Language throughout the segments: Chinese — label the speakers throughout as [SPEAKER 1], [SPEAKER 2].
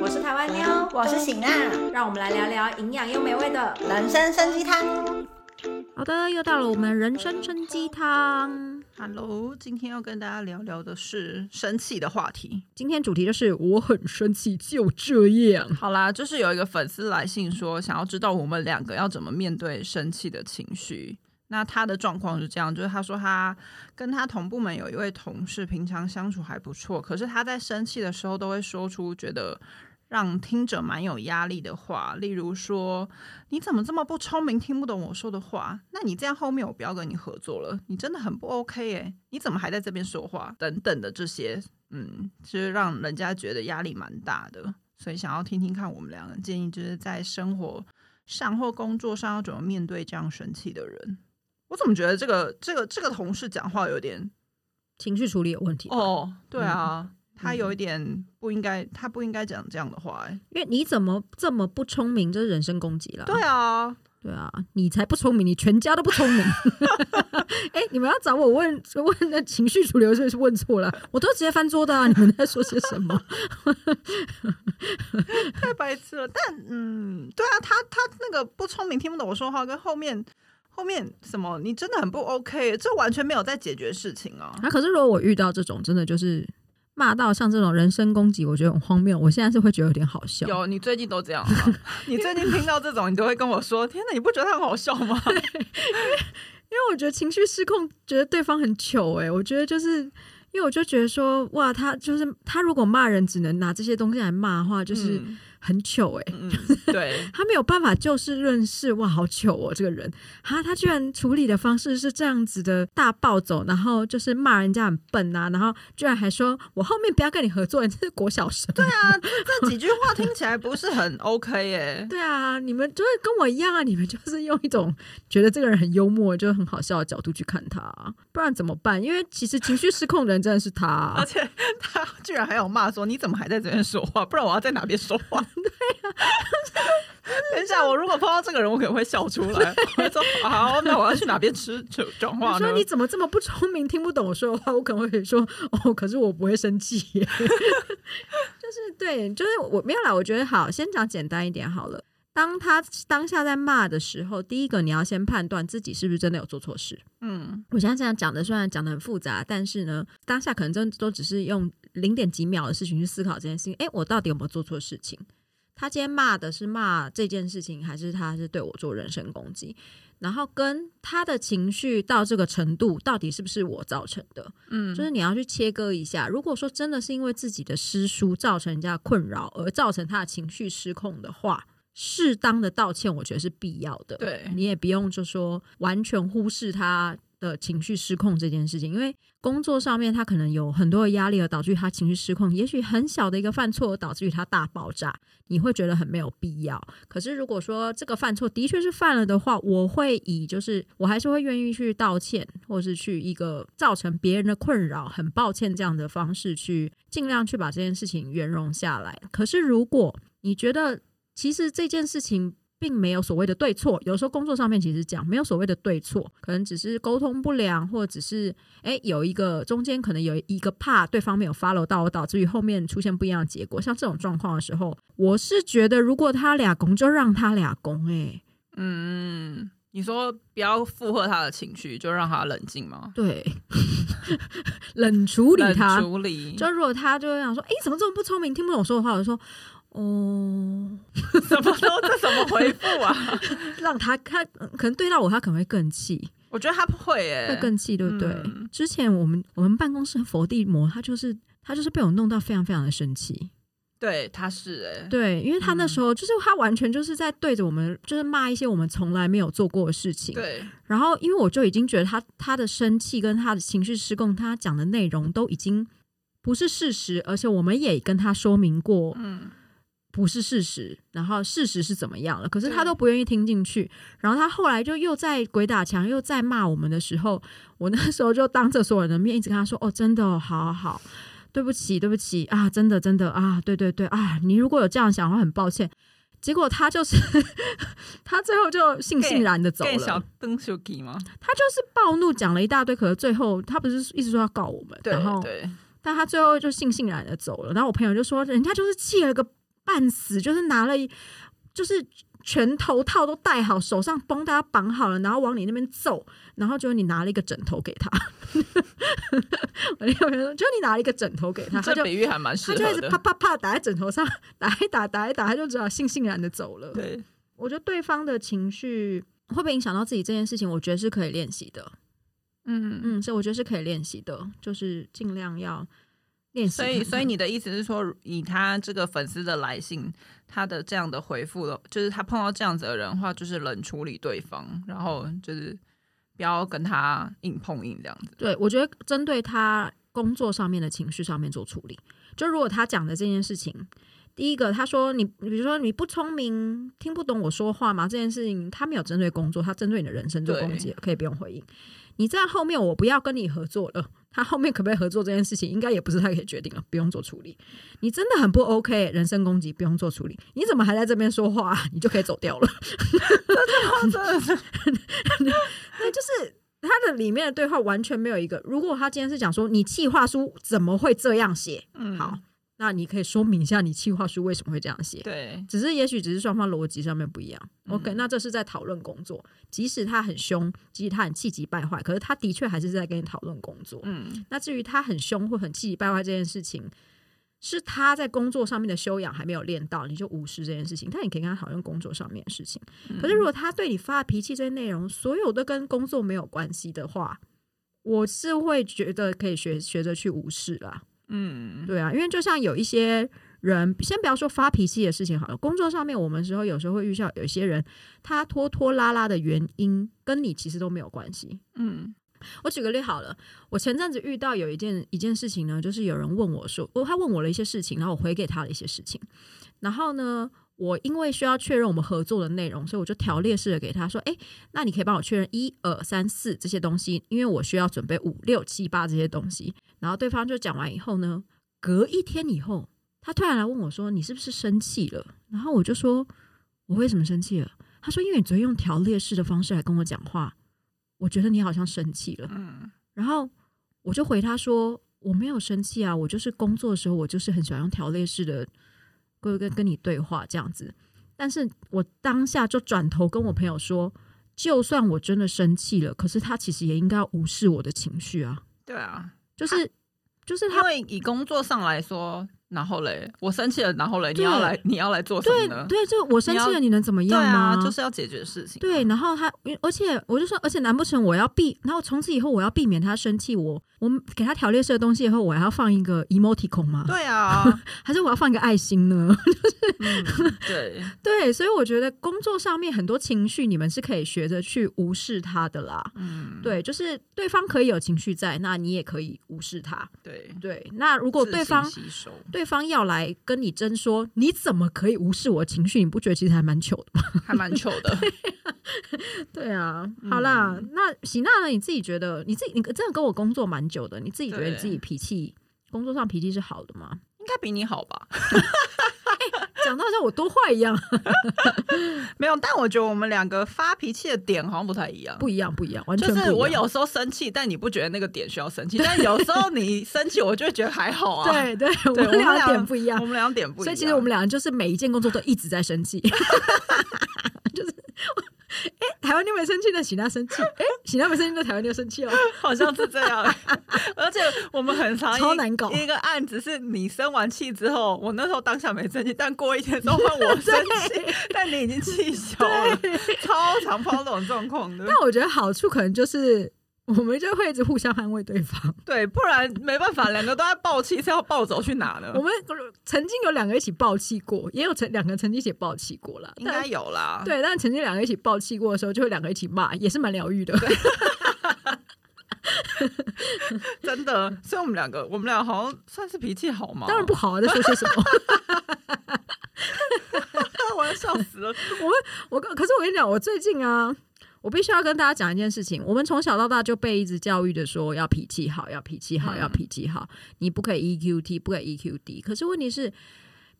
[SPEAKER 1] 我是台湾妞，
[SPEAKER 2] 我是醒娜，
[SPEAKER 1] 让我们来聊聊营养又美味的。
[SPEAKER 2] 人生生鸡汤。
[SPEAKER 1] 好的，又到了我们人生生鸡汤，
[SPEAKER 3] Hello，今天要跟大家聊聊的是生气的话题。
[SPEAKER 1] 今天主题就是我很生气，就这样。
[SPEAKER 3] 好啦，就是有一个粉丝来信说，想要知道我们两个要怎么面对生气的情绪。那他的状况是这样，就是他说他跟他同部门有一位同事，平常相处还不错，可是他在生气的时候都会说出觉得让听者蛮有压力的话，例如说你怎么这么不聪明，听不懂我说的话？那你这样后面我不要跟你合作了，你真的很不 OK 耶、你怎么还在这边说话？等等的这些，嗯，就是让人家觉得压力蛮大的。所以想要听听看我们两个人建议，就是在生活上或工作上要怎么面对这样生气的人。我怎么觉得这个这个这个同事讲话有点
[SPEAKER 1] 情绪处理有问题哦，
[SPEAKER 3] 哦，对啊，他有一点不应该，他不应该讲这样的话、哎，
[SPEAKER 1] 因为你怎么这么不聪明，这是人身攻击了。
[SPEAKER 3] 对啊，
[SPEAKER 1] 对啊，你才不聪明，你全家都不聪明。 哎、你们要找我问问那情绪主流是不是问错了？我都直接翻桌的、啊，你们在说些什么？
[SPEAKER 3] 太白痴了。但嗯，对啊，他他那个不聪明，听不懂我说话，跟后面后面什么，你真的很不 OK，这完全没有在解决事情哦。
[SPEAKER 1] 啊，可是如果我遇到这种，真的就是骂到像这种人身攻击，我觉得很荒谬。我现在是会觉得有点好笑。
[SPEAKER 3] 有，你最近都这样吗？你最近听到这种，你都会跟我说：“天哪，你不觉得他很好笑吗
[SPEAKER 1] 因为我觉得情绪失控，觉得对方很糗哎、我觉得就是因为我就觉得说，哇，他就是他如果骂人只能拿这些东西来骂的话，？”就是
[SPEAKER 3] 嗯，
[SPEAKER 1] 很糗哎、
[SPEAKER 3] 嗯对，
[SPEAKER 1] 他没有办法就事论事，哇，好糗哦，这个人哈，他居然处理的方式是这样子的大暴走，然后就是骂人家很笨啊，然后居然还说我后面不要跟你合作，你这是国小生。对欸
[SPEAKER 3] 对啊，这这几句话听起来不是很 OK 耶、
[SPEAKER 1] 对啊，你们就是跟我一样啊，你们就是用一种觉得这个人很幽默、就很好笑的角度去看他啊，不然怎么办？因为其实情绪失控的人真的是他啊、
[SPEAKER 3] 而且他居然还有骂说：“你怎么还在这边说话？不然我要在哪边说 话？”对
[SPEAKER 1] 啊
[SPEAKER 3] 呀、等一下，我如果碰到这个人，我可能会笑出来。我会说：“好，那我要去哪边吃酒讲话
[SPEAKER 1] 我
[SPEAKER 3] 呢
[SPEAKER 1] 说你怎么这么不聪明，听不懂我说的话？我可能会说哦，可是我不会生气耶。 就是对，就是我没有啦。我觉得好，先讲简单一点好了。当他当下在骂的时候，第一个你要先判断自己是不是真的有做错事。？”
[SPEAKER 3] 嗯，
[SPEAKER 1] 我现在这样讲的，虽然讲的很复杂，但是呢，当下可能真的都只是用零点几秒的事情去思考这件事情。诶，我到底有没有做错事情？他今天骂的是骂这件事情，还是他是对我做人身攻击？然后跟他的情绪到这个程度，到底是不是我造成的？嗯，就是你要去切割一下。如果说真的是因为自己的失疏造成人家的困扰，而造成他的情绪失控的话，适当的道歉，我觉得是必要的。
[SPEAKER 3] 对
[SPEAKER 1] 你也不用就说完全忽视他的情绪失控这件事情，因为工作上面他可能有很多的压力，而导致他情绪失控。也许很小的一个犯错，而导致于他大爆炸，你会觉得很没有必要。可是如果说这个犯错的确是犯了的话，我会以就是我还是会愿意去道歉，或是去一个造成别人的困扰，很抱歉这样的方式去尽量去把这件事情圆融下来。可是如果你觉得其实这件事情并没有所谓的对错，有时候工作上面其实讲没有所谓的对错，可能只是沟通不良，或者只是诶有一个中间可能有一个怕对方没有 follow 到，导致于后面出现不一样的结果。像这种状况的时候，我是觉得如果他俩攻就让他俩攻、诶
[SPEAKER 3] 嗯，你说不要附和他的情绪，就让他冷静吗？
[SPEAKER 1] 对， 冷处理他，
[SPEAKER 3] 冷处理，
[SPEAKER 1] 就如果他就会想说，诶，怎么这么不聪明，听不懂我说的话，我就说。哦，
[SPEAKER 3] 什么都这怎么回复啊？
[SPEAKER 1] 让他他嗯可能对到我，他可能会更气。
[SPEAKER 3] 我觉得他不会耶、
[SPEAKER 1] 会更气，对不对？
[SPEAKER 3] 嗯
[SPEAKER 1] 之前我们我们办公室的佛地魔，他就是他就是被我弄到非常非常的生气，
[SPEAKER 3] 对，他是哎、
[SPEAKER 1] 对，因为他那时候、就是他完全就是在对着我们，就是骂一些我们从来没有做过的事情。
[SPEAKER 3] 对，
[SPEAKER 1] 然后因为我就已经觉得他他的生气跟他的情绪失控，他讲的内容都已经不是事实，而且我们也跟他说明过，
[SPEAKER 3] 嗯，
[SPEAKER 1] 不是事实，然后事实是怎么样了，可是
[SPEAKER 3] 对
[SPEAKER 1] 他都不愿意听进去，然后他后来就又在鬼打墙，又在骂我们的时候，我那时候就当着所有人的面一直跟他说：“哦，真的、哦，好好好，对不起，对不起啊，真的真的啊，对对对啊，你如果有这样想的话，很抱歉。”结果他就是 他最后就悻悻然的走
[SPEAKER 3] 更小
[SPEAKER 1] 了，
[SPEAKER 3] 邓秀吉吗？
[SPEAKER 1] 他就是暴怒讲了一大堆，可是最后他不是一直说要告我们，
[SPEAKER 3] 对
[SPEAKER 1] 然后
[SPEAKER 3] 对，
[SPEAKER 1] 但他最后就悻悻然的走了。然后我朋友就说，人家就是气了个半死，就是拿了一就是拳头套都戴好，手上绷带要绑好了，然后往你那边揍，然后结果你拿了一个枕头给他。 我那个朋友说，就你拿了一个枕头给他，他
[SPEAKER 3] 这
[SPEAKER 1] 就
[SPEAKER 3] 比喻还蛮适
[SPEAKER 1] 他就一
[SPEAKER 3] 合
[SPEAKER 1] 直
[SPEAKER 3] 的
[SPEAKER 1] 啪。啪啪打在枕头上，打一打打一打，他就只好悻悻然的走了。
[SPEAKER 3] 对，
[SPEAKER 1] 我觉得对方的情绪会不会影响到自己这件事情，我觉得是可以练习的。
[SPEAKER 3] 嗯嗯。
[SPEAKER 1] 嗯，所以我觉得是可以练习的，就是尽量要练习
[SPEAKER 3] 所
[SPEAKER 1] 看看。
[SPEAKER 3] 以，所以你的意思是说，以他这个粉丝的来信，他的这样的回复的，就是他碰到这样子的人的话，就是冷处理对方，然后就是不要跟他硬碰硬这样子。
[SPEAKER 1] 对我觉得针对他工作上面的情绪上面做处理，就如果他讲的这件事情。第一个，他说你，比如说你不聪明，听不懂我说话吗？这件事情他没有针对工作，他针对你的人生做攻击，可以不用回应。你在后面我不要跟你合作了，他后面可不可以合作这件事情，应该也不是他可以决定了，不用做处理。你真的很不 OK，人身攻击不用做处理，你怎么还在这边说话、啊你就可以走掉了。
[SPEAKER 3] 真的 是
[SPEAKER 1] 对，就是他的里面的对话完全没有一个。如果他今天是讲说你企划书怎么会这样写，
[SPEAKER 3] 嗯
[SPEAKER 1] 好，那你可以说明一下你企划书为什么会这样写。
[SPEAKER 3] 对，
[SPEAKER 1] 只是也许只是双方逻辑上面不一样。
[SPEAKER 3] 嗯
[SPEAKER 1] OK，那这是在讨论工作，即使他很凶，即使他很气急败坏，可是他的确还是在跟你讨论工作。
[SPEAKER 3] 嗯，
[SPEAKER 1] 那至于他很凶或很气急败坏这件事情，是他在工作上面的修养还没有练到，你就无视这件事情。但你可以跟他讨论工作上面的事情。可是如果他对你发脾气这些内容，所有都跟工作没有关系的话，我是会觉得可以学学着去无视啦。
[SPEAKER 3] 嗯，
[SPEAKER 1] 对啊，因为就像有一些人，先不要说发脾气的事情好了，工作上面我们时候有时候会遇到有一些人，他拖拖拉拉的原因跟你其实都没有关系。
[SPEAKER 3] 嗯，
[SPEAKER 1] 我举个例好了，我前阵子遇到有一件一件事情呢，就是有人问我说，哦我他问我了一些事情，然后我回给他了一些事情，然后呢，我因为需要确认我们合作的内容，所以我就条列式的给他说，诶，那你可以帮我确认一二三四这些东西，因为我需要准备五六七八这些东西。然后对方就讲完以后呢，隔一天以后，他突然来问我说，你是不是生气了？然后我就说，我为什么生气了？他说，因为你昨天用条列式的方式来跟我讲话，我觉得你好像生气了。
[SPEAKER 3] 嗯，
[SPEAKER 1] 然后我就回他说：“我没有生气啊，我就是工作的时候，我就是很喜欢用条列式的跟跟跟你对话这样子。”但是我当下就转头跟我朋友说：“就算我真的生气了，可是他其实也应该无视我的情绪啊，
[SPEAKER 3] 对啊，
[SPEAKER 1] 就是、就是
[SPEAKER 3] 因
[SPEAKER 1] 他
[SPEAKER 3] 为以工作上来说，然后嘞，我生气了，然后嘞，你
[SPEAKER 1] 对
[SPEAKER 3] 要来，你要来做什么
[SPEAKER 1] 对
[SPEAKER 3] 呢？
[SPEAKER 1] 对，就我生气
[SPEAKER 3] 你
[SPEAKER 1] 了，
[SPEAKER 3] 要
[SPEAKER 1] 你能怎么
[SPEAKER 3] 对
[SPEAKER 1] 样吗？
[SPEAKER 3] 啊，就是要解决事情啊。
[SPEAKER 1] 对，然后他，因为而且我就说，而且难不成我要避？然后从此以后我要避免他生气，我我给他条列式的东西以后，我还要放一个 emoticon 吗？
[SPEAKER 3] 对啊，
[SPEAKER 1] 还是我要放一个爱心呢？
[SPEAKER 3] 嗯，对，
[SPEAKER 1] 对，所以我觉得工作上面很多情绪，你们是可以学着去无视它的啦。
[SPEAKER 3] 嗯，
[SPEAKER 1] 对，就是对方可以有情绪在，那你也可以无视他。
[SPEAKER 3] 对，
[SPEAKER 1] 对，那如果
[SPEAKER 3] 自
[SPEAKER 1] 对
[SPEAKER 3] 行
[SPEAKER 1] 方
[SPEAKER 3] 吸收，
[SPEAKER 1] 对方要来跟你争说，你怎么可以无视我的情绪？你不觉得其实还蛮糗的 吗？
[SPEAKER 3] 还蛮糗的。
[SPEAKER 1] 对啊，好啦，
[SPEAKER 3] 嗯
[SPEAKER 1] 那喜娜呢？你自己觉得你自己你真的跟我工作蛮久的，你自己觉得
[SPEAKER 3] 对
[SPEAKER 1] 你自己脾气工作上脾气是好的吗？
[SPEAKER 3] 应该比你好吧？
[SPEAKER 1] 讲到好像我多坏一样，
[SPEAKER 3] 没有，但我觉得我们两个发脾气的点好像不太一样。
[SPEAKER 1] 不一样，不一样，完全
[SPEAKER 3] 就
[SPEAKER 1] 不一样。
[SPEAKER 3] 是我有时候生气，但你不觉得那个点需要生气，但有时候你生气，我就会觉得还好啊。
[SPEAKER 1] 对对，我
[SPEAKER 3] 对，
[SPEAKER 1] 们
[SPEAKER 3] 我们
[SPEAKER 1] 俩
[SPEAKER 3] 俩
[SPEAKER 1] 点不一样
[SPEAKER 3] 我。们俩点不一样。
[SPEAKER 1] 所以其实我们俩就是每一件工作都一直在生气， 就是哎、诶台湾妞没生气，那喜娜生气；哎、喜娜没生气，那台湾妞生气哦。
[SPEAKER 3] 好像是这 样，而且我们很常一
[SPEAKER 1] 超难搞
[SPEAKER 3] 一个案子是你生完气之后，我那时候当下没生气，但过一天之后换我生气， 但你已经气消了，超常碰到这种状况的
[SPEAKER 1] 但。我觉得好处可能就是我们就会一直互相安慰对方。
[SPEAKER 3] 对，不然没办法，两个都在爆气，是要暴走去哪呢
[SPEAKER 1] 我？们曾经有两个一起爆气过，也有曾两个曾经一起爆气过啦。
[SPEAKER 3] 应该有啦
[SPEAKER 1] 但。对，但曾经两个一起爆气过的时候，就会两个一起骂，也是蛮疗愈的。
[SPEAKER 3] 真的，所以我们两个，我们俩好像算是脾气好 吗？
[SPEAKER 1] 当然不，好啊，在说些什么？
[SPEAKER 3] 我要笑死了。
[SPEAKER 1] 我跟可是我跟你讲，我最近啊，我必须要跟大家讲一件事情。我们从小到大就被一直教育的说要脾气好，要脾气好，
[SPEAKER 3] 嗯
[SPEAKER 1] 要脾气好，你不可以 EQT，不可以 EQD。可是问题是，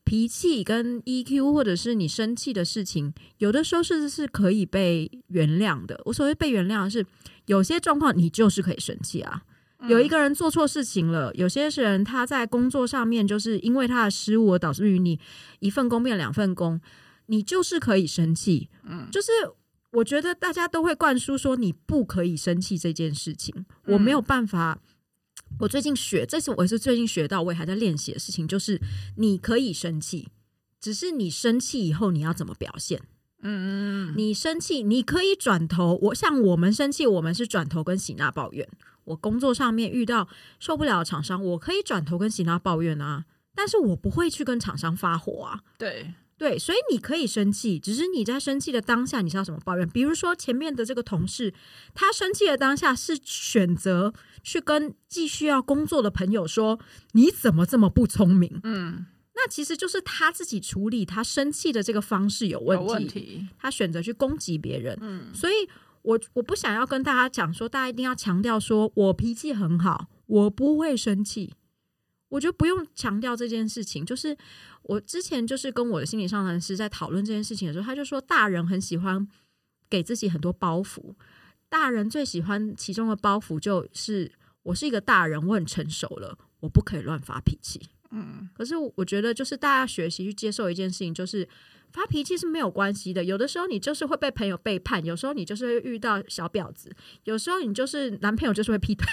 [SPEAKER 1] 脾气跟 EQ 或者是你生气的事情，有的时候是是可以被原谅的。我所谓被原谅的是，有些状况你就是可以生气啊。有一个人做错事情了，有些人他在工作上面就是因为他的失误而导致于你一份工变两份工，你就是可以生气。嗯，就是我觉得大家都会灌输说你不可以生气这件事情，我没有办法。我最近学，这次我也是最近学到，我也还在练习的事情，就是你可以生气，只是你生气以后你要怎么表现。
[SPEAKER 3] 嗯嗯嗯，
[SPEAKER 1] 你生气，你可以转头。我像我们生气，我们是转头跟喜娜抱怨。我工作上面遇到受不了的厂商，我可以转头跟喜娜抱怨啊，但是我不会去跟厂商发火啊。
[SPEAKER 3] 对，
[SPEAKER 1] 对，所以你可以生气，只是你在生气的当下，你是要怎么抱怨？比如说前面的这个同事，他生气的当下是选择去跟继续要工作的朋友说：“你怎么这么不聪明
[SPEAKER 3] 嗯，？”
[SPEAKER 1] 那其实就是他自己处理他生气的这个方式有问
[SPEAKER 3] 有
[SPEAKER 1] 题，
[SPEAKER 3] 问题，
[SPEAKER 1] 他选择去攻击别人。
[SPEAKER 3] 嗯
[SPEAKER 1] 所以我我不想要跟大家讲说，大家一定要强调说我脾气很好，我不会生气。我觉得不用强调这件事情，就是我之前就是跟我的心理上谈师在讨论这件事情的时候，他就说大人很喜欢给自己很多包袱，大人最喜欢其中的包袱就是我是一个大人，我很成熟了，我不可以乱发脾气。
[SPEAKER 3] 嗯，
[SPEAKER 1] 可是我觉得，就是大家学习去接受一件事情，就是发脾气是没有关系的。有的时候你就是会被朋友背叛，有时候你就是会遇到小婊子，有时候你就是男朋友就是会劈腿，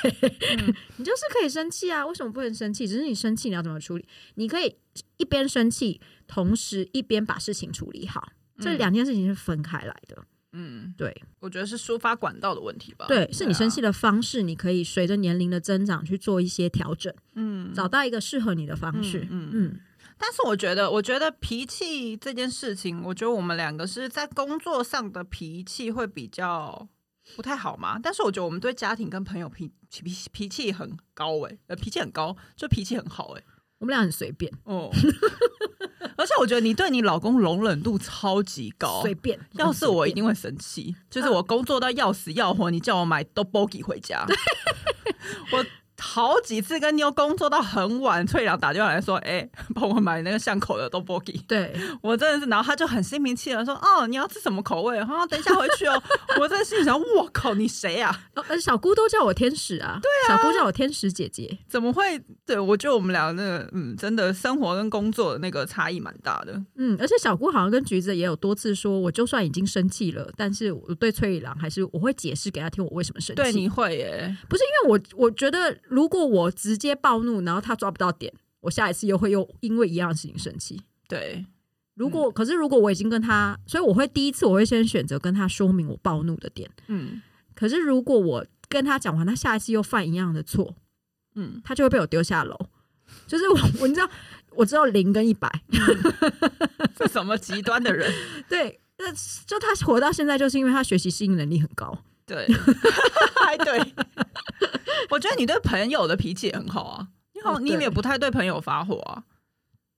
[SPEAKER 3] 嗯
[SPEAKER 1] 你就是可以生气啊。为什么不能生气？只是你生气你要怎么处理？你可以一边生气，同时一边把事情处理好。这两件事情是分开来的，
[SPEAKER 3] 嗯，
[SPEAKER 1] 对
[SPEAKER 3] 我觉得是抒发管道的问题吧。
[SPEAKER 1] 对，是你生气
[SPEAKER 3] 啊，
[SPEAKER 1] 的方式，你可以随着年龄的增长去做一些调整，
[SPEAKER 3] 嗯，
[SPEAKER 1] 找到一个适合你的方式。
[SPEAKER 3] 嗯嗯
[SPEAKER 1] 嗯
[SPEAKER 3] 但是我觉得，我觉得脾气这件事情，我觉得我们两个是在工作上的脾气会比较不太好嘛。但是我觉得我们对家庭跟朋友脾脾脾脾气很高哎、呃，脾气很高，就脾气很好哎、
[SPEAKER 1] 我们俩很随便，
[SPEAKER 3] 哦， 而且我觉得你对你老公容忍度超级高。
[SPEAKER 1] 随便。
[SPEAKER 3] 要是我
[SPEAKER 1] 很随便
[SPEAKER 3] 一定会生气，就是我工作到要死要活，你叫我买都 bogey 回 家。我好几次跟妞工作到很晚，翠良打电话来说：“哎、帮我买那个巷口的都 bogey。”
[SPEAKER 1] 对，
[SPEAKER 3] 我真的是，然后他就很心平气和地说：“哦，你要吃什么口味？然后等一下回去 哦。”我在心里想：“我靠，你谁呀、啊？
[SPEAKER 1] 哦，呃小姑都叫我天使啊，对啊，小姑叫我天使姐姐，
[SPEAKER 3] 怎么会？”对，我觉得我们俩那个，嗯，真的生活跟工作的那个差异蛮大的。
[SPEAKER 1] 嗯，而且小姑好像跟橘子也有多次说，我就算已经生气了，但是我对翠郎还是我会解释给他听我为什么生气，
[SPEAKER 3] 对，你会耶，
[SPEAKER 1] 不是因为我我觉得如果我直接暴怒，然后他抓不到点，我下一次又会又因为一样的事情生气。
[SPEAKER 3] 对，
[SPEAKER 1] 如
[SPEAKER 3] 嗯
[SPEAKER 1] 果、可是如果我已经跟他，所以我会第一次我会先选择跟他说明我暴怒的点，
[SPEAKER 3] 嗯
[SPEAKER 1] 可是如果我跟他讲完，他下一次又犯一样的错，
[SPEAKER 3] 嗯，
[SPEAKER 1] 他就会被我丢下楼。就是我，我你 知道，我知道零跟一百，
[SPEAKER 3] 是什么极端的人？
[SPEAKER 1] 对，那就他活到现在，就是因为他学习适应能力很高。
[SPEAKER 3] 对，还对。 我觉得你对朋友的脾气也很好啊，你好，
[SPEAKER 1] 哦
[SPEAKER 3] 你
[SPEAKER 1] 对
[SPEAKER 3] 也不太对朋友发火啊。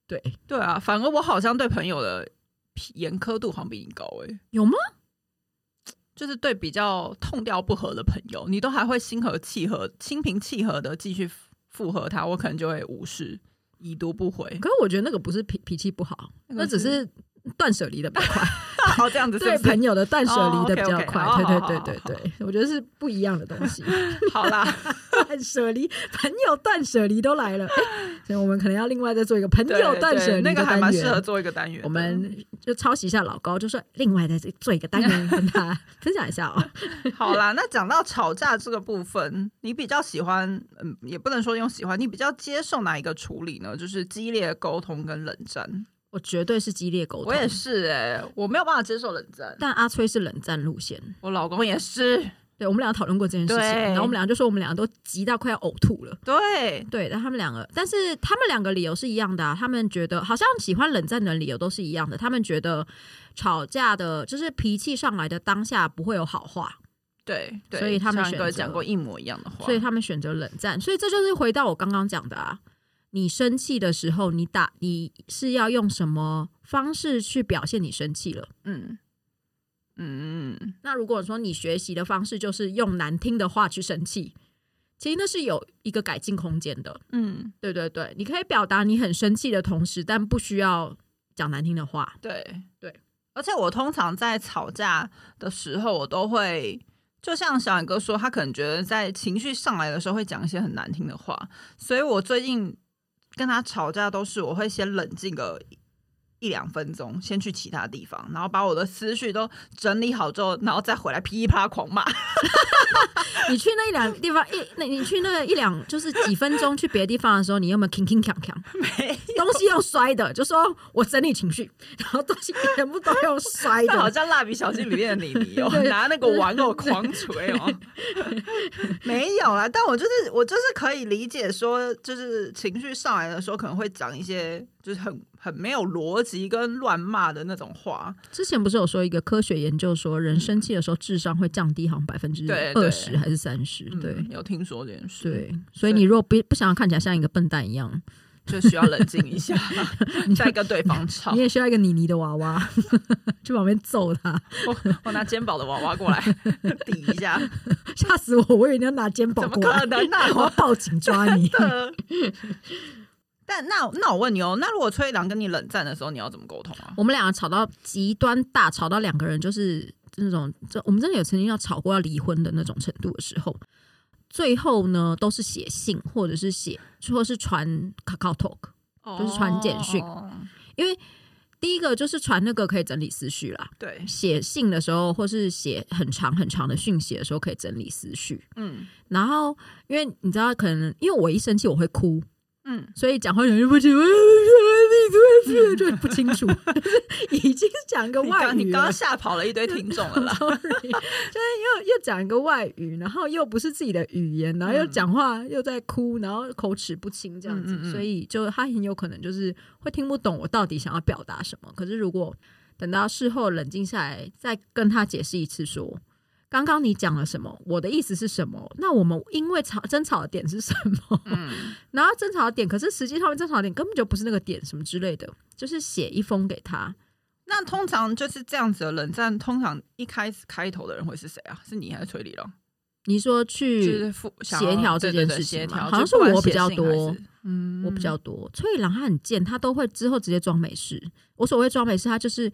[SPEAKER 1] 对，
[SPEAKER 3] 对啊，反而我好像对朋友的脾严苛度好像比你高哎、
[SPEAKER 1] 有吗？
[SPEAKER 3] 就是对比较痛调不合的朋友，你都还会心和气和、心平气和的继续附和他，我可能就会无视、已读不 回。
[SPEAKER 1] 可是我觉得那个不是脾脾气不好，
[SPEAKER 3] 那
[SPEAKER 1] 那
[SPEAKER 3] 个
[SPEAKER 1] 只
[SPEAKER 3] 是
[SPEAKER 1] 是断舍离的比较快，
[SPEAKER 3] 哦，这样 子是
[SPEAKER 1] 对
[SPEAKER 3] 不是？
[SPEAKER 1] 朋友的断舍
[SPEAKER 3] 哦
[SPEAKER 1] 离的比较
[SPEAKER 3] ，OK，OK，
[SPEAKER 1] 快。
[SPEAKER 3] 好好
[SPEAKER 1] 对
[SPEAKER 3] 好
[SPEAKER 1] 对对
[SPEAKER 3] 好
[SPEAKER 1] 对对，我觉得是不一样的东西。
[SPEAKER 3] 好 啦，
[SPEAKER 1] 断舍离，朋友断舍离都来了，诶所以我们可能要另外再做一个朋
[SPEAKER 3] 对
[SPEAKER 1] 友断
[SPEAKER 3] 对
[SPEAKER 1] 舍离
[SPEAKER 3] 那
[SPEAKER 1] 的
[SPEAKER 3] 个还
[SPEAKER 1] 单
[SPEAKER 3] 蛮
[SPEAKER 1] 元
[SPEAKER 3] 适合做一个单元的。
[SPEAKER 1] 我们就抄袭一下老高，就说另外再做一个单元跟他 分享一下哦。
[SPEAKER 3] 好啦，那讲到吵架这个部分，你比较喜欢，嗯，也不能说用喜欢，你比较接受哪一个处理呢？就是激烈沟通跟冷战。
[SPEAKER 1] 我绝对是激烈沟通，
[SPEAKER 3] 我也是哎、我没有办法接受冷战。
[SPEAKER 1] 但阿崔是冷战路线。
[SPEAKER 3] 我老公也是，
[SPEAKER 1] 对，我们俩讨论过这件事情，
[SPEAKER 3] 对
[SPEAKER 1] 然后我们俩就说我们俩都急到快要呕吐了。
[SPEAKER 3] 对，
[SPEAKER 1] 对，但他们两个，但是他们两个理由是一样的、啊，他们觉得好像喜欢冷战的理由都是一样的，他们觉得吵架的，就是脾气上来的当下不会有好话，
[SPEAKER 3] 对，对
[SPEAKER 1] 所以他们
[SPEAKER 3] 像你
[SPEAKER 1] 选
[SPEAKER 3] 都有
[SPEAKER 1] 择
[SPEAKER 3] 讲过一模一样的话，
[SPEAKER 1] 所以他们选择冷战，所以这就是回到我刚刚讲的啊，你生气的时候，你打你是要用什么方式去表现你生气了？
[SPEAKER 3] 嗯嗯嗯
[SPEAKER 1] 那如果说你学习的方式就是用难听的话去生气，其实那是有一个改进空间的。
[SPEAKER 3] 嗯，
[SPEAKER 1] 对对对，你可以表达你很生气的同时，但不需要讲难听的话。
[SPEAKER 3] 对
[SPEAKER 1] 对。
[SPEAKER 3] 而且我通常在吵架的时候，我都会就像小冉哥说，他可能觉得在情绪上来的时候会讲一些很难听的话，所以我最近跟他吵架都是我会先冷静个一两分钟，先去其他地方，然后把我的思绪都整理好之后，然后再回来噼里啪啦狂骂。
[SPEAKER 1] 你去那一两地方一，那你去那个一两就是几分钟去别的地方的时候，你有没有铿铿锵锵？
[SPEAKER 3] 没，
[SPEAKER 1] 东西用摔的，就说我整理情绪，然后东西全部都用摔
[SPEAKER 3] 就 好
[SPEAKER 1] 的。
[SPEAKER 3] 像蜡笔小新里面的李黎 哦，
[SPEAKER 1] 对
[SPEAKER 3] 拿那个玩偶狂捶哦。 没有啦，但我就是我就是可以理解说，就是情绪上来的时候，可能会讲一些就是很很没有逻辑跟乱骂的那种话。
[SPEAKER 1] 之前不是有说一个科学研究说，人生气的时候智商会降低，好像百分之
[SPEAKER 3] 对对
[SPEAKER 1] 二十还是三十？对
[SPEAKER 3] 嗯，有听说这件事，
[SPEAKER 1] 对，所以你如果不不想要看起来像一个笨蛋一样，
[SPEAKER 3] 就需要冷静 一下，再跟对方吵
[SPEAKER 1] 你。也需要一个妮妮的娃娃去旁边揍他，
[SPEAKER 3] 我我拿肩膀的娃娃 过来抵一下，
[SPEAKER 1] 吓死我！我以为你要拿肩膀
[SPEAKER 3] 怎么
[SPEAKER 1] 过来
[SPEAKER 3] 可，能啊呢、
[SPEAKER 1] 我要
[SPEAKER 3] 我
[SPEAKER 1] 报警抓你。
[SPEAKER 3] 的。但那那我问你哦，那如果崔良跟你冷战的时候，你要怎么沟通啊？
[SPEAKER 1] 我们两个吵到极端大，吵到两个人就是那种，这我们真的有曾经要吵过要离婚的那种程度的时候，最后呢都是写信或者是写，或是传 Kakao Talk。就是传简讯
[SPEAKER 3] 哦
[SPEAKER 1] 第一个就是传那个可以整理思绪啦，
[SPEAKER 3] 对，
[SPEAKER 1] 写信的时候或是写很长很长的讯息的时候可以整理思绪。
[SPEAKER 3] 嗯
[SPEAKER 1] 然后因为你知道，可能因为我一生气我会哭，
[SPEAKER 3] 嗯，
[SPEAKER 1] 所以讲话有点不清楚，你就不清楚，就是已经讲个
[SPEAKER 3] 你
[SPEAKER 1] 外
[SPEAKER 3] 刚
[SPEAKER 1] 语
[SPEAKER 3] 你
[SPEAKER 1] 了
[SPEAKER 3] 刚刚。吓跑了一堆听众了啦。
[SPEAKER 1] sorry，就是又又讲一个外语，然后又不是自己的语言，然后又
[SPEAKER 3] 嗯
[SPEAKER 1] 讲话又在哭，然后口齿不清这样子，
[SPEAKER 3] 嗯嗯嗯
[SPEAKER 1] 所以就他很有可能就是会听不懂我到底想要表达什么。可是如果等到事后冷静下来，再跟他解释一次说。刚刚你讲了什么？我的意思是什么？那我们因为吵争吵的点是什么？
[SPEAKER 3] 嗯，
[SPEAKER 1] 然后争吵的点，可是实际上面争吵的点根本就不是那个点，什么之类的，就是写一封给他。
[SPEAKER 3] 那通常就是这样子的冷战，通常一开始开头的人会是谁啊？是你还是崔理龙？
[SPEAKER 1] 你说
[SPEAKER 3] 就
[SPEAKER 1] 去
[SPEAKER 3] 是负想
[SPEAKER 1] 嗯
[SPEAKER 3] 要
[SPEAKER 1] 协调
[SPEAKER 3] 对
[SPEAKER 1] 这件
[SPEAKER 3] 对对
[SPEAKER 1] 事情
[SPEAKER 3] 协
[SPEAKER 1] 嘛
[SPEAKER 3] 调
[SPEAKER 1] 好像
[SPEAKER 3] 就是
[SPEAKER 1] 是
[SPEAKER 3] 不管
[SPEAKER 1] 我比
[SPEAKER 3] 写
[SPEAKER 1] 较
[SPEAKER 3] 信还
[SPEAKER 1] 多
[SPEAKER 3] 是嗯，
[SPEAKER 1] 我比较多。崔玉郎他很贱，他都会之后直接装没事。我所谓装没事，他就是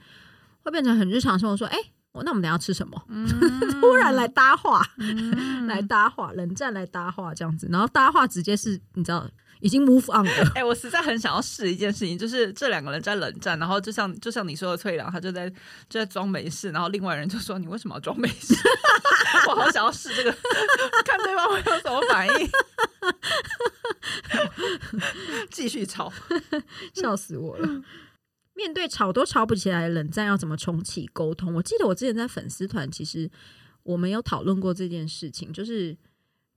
[SPEAKER 1] 会变成很日常生活，说：“哎、我那我们等一下吃什
[SPEAKER 3] 嗯
[SPEAKER 1] 么？” 突然来搭话， 来搭话，冷战来搭话这样子，然后搭话直接是你知道已经 move on 了
[SPEAKER 3] 。哎、我实在很想要试一件事情，就是这两个人在冷战，然后就像就像你说的，翠良他就在就在装没事，然后另外人就说你为什么要装没事？ 我好想要试这个，看对方会有什么反 应。继续吵，
[SPEAKER 1] 笑死我了。
[SPEAKER 3] 嗯
[SPEAKER 1] 面对吵都吵不起来的冷战，要怎么重启沟通？我记得我之前在粉丝团，其实我们有讨论过这件事情，就是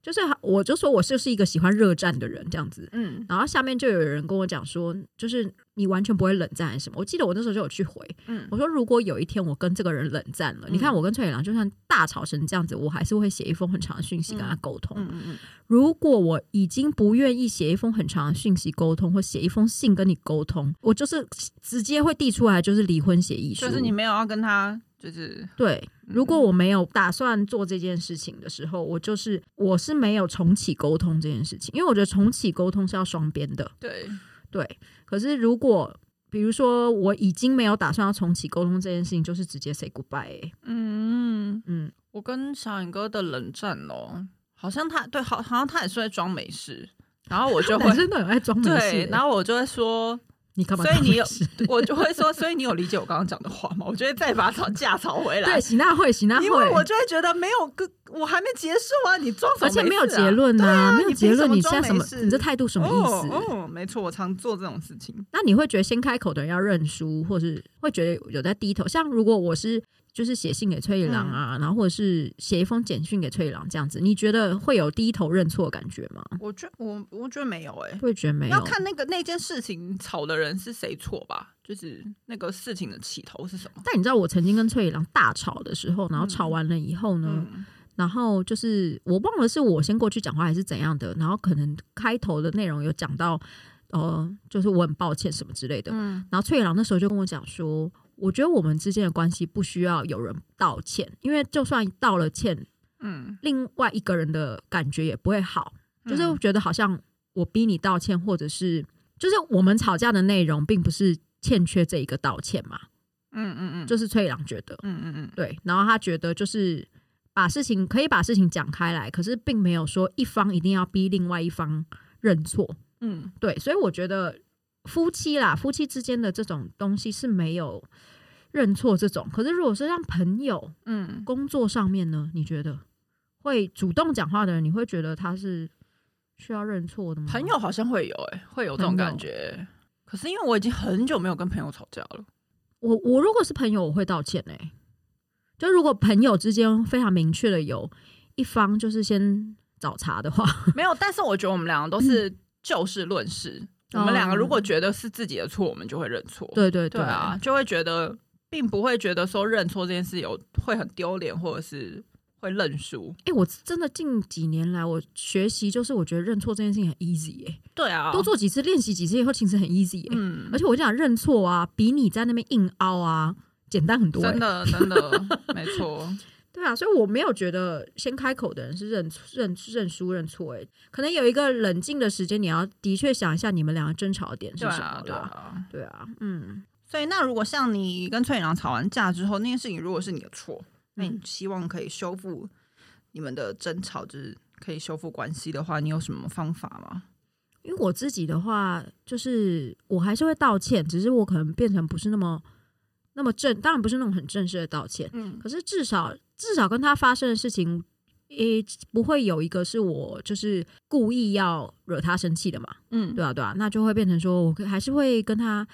[SPEAKER 1] 就是我就说我就是一个喜欢热战的人这样子，
[SPEAKER 3] 嗯，
[SPEAKER 1] 然后下面就有人跟我讲说，就是你完全不会冷战还是什么？我记得我那时候就有去回，
[SPEAKER 3] 嗯
[SPEAKER 1] 我说如果有一天我跟这个人冷战了，你看我跟崔野郎就算大吵成这样子，我还是会写一封很长的讯息跟他沟通。
[SPEAKER 3] 嗯嗯嗯，
[SPEAKER 1] 如果我已经不愿意写一封很长的讯息沟通，或写一封信跟你沟通，我就是直接会递出来就是离婚协议书。
[SPEAKER 3] 就是你没嗯有要跟他，就是
[SPEAKER 1] 对，如果我没有打算做这件事情的时候，我就是我是没有重启沟通这件事情，因为我觉得重启沟通是要双边的。
[SPEAKER 3] 对，
[SPEAKER 1] 对，可是如果比如说我已经没有打算要重启沟通这件事情，就是直接 say goodbye 欸、
[SPEAKER 3] 嗯，
[SPEAKER 1] 嗯，
[SPEAKER 3] 我跟小颖哥的冷战哦，好像他对，好，好像他也是在装没事，然后我就会
[SPEAKER 1] 男生都有爱装没事欸、
[SPEAKER 3] 对，然后我就会说。
[SPEAKER 1] 你干嘛
[SPEAKER 3] 所以
[SPEAKER 1] 装
[SPEAKER 3] 你
[SPEAKER 1] 没
[SPEAKER 3] 有
[SPEAKER 1] 事？
[SPEAKER 3] 我就会说，所以你有理解我刚刚讲的话吗？我就会再把吵 架吵回来
[SPEAKER 1] 对，，喜纳会，喜纳
[SPEAKER 3] 因为我
[SPEAKER 1] 会，
[SPEAKER 3] 就会觉得没有跟我还没结束啊，你装什么、
[SPEAKER 1] 而
[SPEAKER 3] 啊
[SPEAKER 1] 且没有结，论呐、没有
[SPEAKER 3] 你
[SPEAKER 1] 结
[SPEAKER 3] 凭什
[SPEAKER 1] 论，
[SPEAKER 3] 么
[SPEAKER 1] 你
[SPEAKER 3] 装
[SPEAKER 1] 现在什
[SPEAKER 3] 没
[SPEAKER 1] 么？
[SPEAKER 3] 事
[SPEAKER 1] 你这态度什么意思？
[SPEAKER 3] 哦哦，没错，我常做这种事情。
[SPEAKER 1] 那你会觉得先开口的人要认输，或是会觉得有在低头？像如果我是就是写信给崔一郎啊，
[SPEAKER 3] 嗯
[SPEAKER 1] 然后或者是写一封简讯给崔一郎这样子，你觉得会有低头认错的感觉吗？
[SPEAKER 3] 我觉我我觉得没有哎、
[SPEAKER 1] 会觉得没有，
[SPEAKER 3] 要看那个那件事情吵的人是谁错吧，就是那个事情的起头是什么。
[SPEAKER 1] 但你知道我曾经跟翠野郎大吵的时候，然后吵完了以后呢，
[SPEAKER 3] 嗯，
[SPEAKER 1] 然后就是我忘了是我先过去讲话还是怎样的，然后可能开头的内容有讲到，呃，就是我很抱歉什么之类的。
[SPEAKER 3] 嗯
[SPEAKER 1] 然后翠野郎那时候就跟我讲说，我觉得我们之间的关系不需要有人道歉，因为就算道了歉，
[SPEAKER 3] 嗯，
[SPEAKER 1] 另外一个人的感觉也不会好，
[SPEAKER 3] 嗯
[SPEAKER 1] 就是觉得好像我逼你道歉，或者是就是我们吵架的内容并不是欠缺这一个道歉嘛，
[SPEAKER 3] 嗯嗯嗯，
[SPEAKER 1] 就是翠野郎觉得。
[SPEAKER 3] 嗯嗯嗯
[SPEAKER 1] 对，然后他觉得就是把事情可以把事情讲开来，可是并没有说一方一定要逼另外一方认错。
[SPEAKER 3] 嗯，
[SPEAKER 1] 对，所以我觉得夫妻啦，夫妻之间的这种东西是没有认错这种。可是如果是让朋友
[SPEAKER 3] 嗯，
[SPEAKER 1] 工作上面呢，你觉得会主动讲话的人，你会觉得他是需要认错的吗？
[SPEAKER 3] 朋友好像会有、哎，会有这种
[SPEAKER 1] 朋友
[SPEAKER 3] 感觉。可是因为我已经很久没有跟朋友吵架了，
[SPEAKER 1] 我我如果是朋友，我会道歉哎、就如果朋友之间非常明确的有一方就是先找茬的话，
[SPEAKER 3] 没有。但是我觉得我们两个都是就事论事，我们两个如果觉得是自己的错，我们就会认错。
[SPEAKER 1] 哦对对
[SPEAKER 3] 对啊，，就会觉得并不会觉得说认错这件事有会很丢脸，或者是会认输。
[SPEAKER 1] 哎、我真的近几年来我学习，就是我觉得认错这件事情很 easy 哎、
[SPEAKER 3] 对啊，
[SPEAKER 1] 多做几次练习几次以后，其实很 easy 哎、
[SPEAKER 3] 嗯
[SPEAKER 1] 而，且我就想认错啊，比你在那边硬凹啊简单很多、欸
[SPEAKER 3] 真。的真的 没错，
[SPEAKER 1] 对啊，所以我没有觉得先开口的人是认认认输认错哎、可能有一个冷静的时间，你要的确想一下你们两个争吵的点 是
[SPEAKER 3] 对
[SPEAKER 1] 什
[SPEAKER 3] 啊
[SPEAKER 1] 么
[SPEAKER 3] 对
[SPEAKER 1] 啦。
[SPEAKER 3] 啊。
[SPEAKER 1] 对啊，嗯，
[SPEAKER 3] 所以那如果像你跟翠娘吵完架之后，那件事情如果是你的错，
[SPEAKER 1] 嗯
[SPEAKER 3] 那你希望可以修复你们的争吵，就是可以修复关系的话，你有什么方法吗？
[SPEAKER 1] 因为我自己的话，就是我还是会道歉，只是我可能变成不是那么那么正，当然不是那种很正式的道歉，
[SPEAKER 3] 嗯，
[SPEAKER 1] 可是至少至少跟他发生的事情，也不会有一个是我就是故意要惹他生气的嘛，
[SPEAKER 3] 嗯，
[SPEAKER 1] 对啊对啊，那就会变成说我可还是会跟他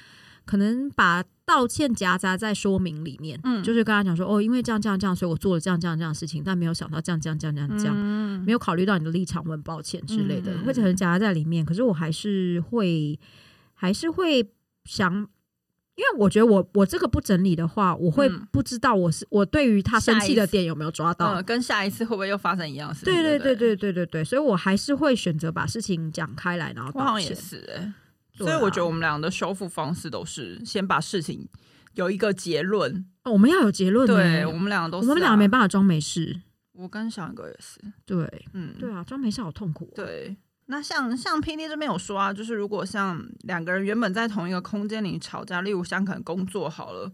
[SPEAKER 1] 可能把道歉夹杂在说明里面，
[SPEAKER 3] 嗯
[SPEAKER 1] 就是跟他讲说哦，因为这样这样这样，所以我做了这样这样这样的事情，但没有想到这样这样这样这样这样，
[SPEAKER 3] 嗯
[SPEAKER 1] 没有考虑到你的立场，我很抱歉之类的，
[SPEAKER 3] 嗯
[SPEAKER 1] 会很夹杂在里面。可是我还是会，还是会想，因为我觉得我我这个不整理的话，我会
[SPEAKER 3] 嗯
[SPEAKER 1] 不知道我是、我对于他生
[SPEAKER 3] 下一
[SPEAKER 1] 气
[SPEAKER 3] 次
[SPEAKER 1] 的点有没有抓到。
[SPEAKER 3] 嗯，跟下一次会不会又发生一样的事情？
[SPEAKER 1] 对对对
[SPEAKER 3] 对不，
[SPEAKER 1] 对对对对，所以我还是会选择把事情讲开来，然后
[SPEAKER 3] 我好
[SPEAKER 1] 道
[SPEAKER 3] 像也
[SPEAKER 1] 歉。
[SPEAKER 3] 是哎、欸
[SPEAKER 1] 对
[SPEAKER 3] 所以我觉得
[SPEAKER 1] 啊
[SPEAKER 3] 我们俩的修复方式都是先把事情有一个结论。
[SPEAKER 1] 哦我们要有结论呢、
[SPEAKER 3] 对，我们俩都
[SPEAKER 1] 我
[SPEAKER 3] 是、啊
[SPEAKER 1] 们俩没，办法装没事。
[SPEAKER 3] 我跟小杨哥也是，
[SPEAKER 1] 对
[SPEAKER 3] 嗯，
[SPEAKER 1] 对啊，装没事好痛苦、哦。
[SPEAKER 3] 对。那像像 P D 这边有说啊，就是如果像两个人原本在同一个空间里吵架，例如像可能工作好了，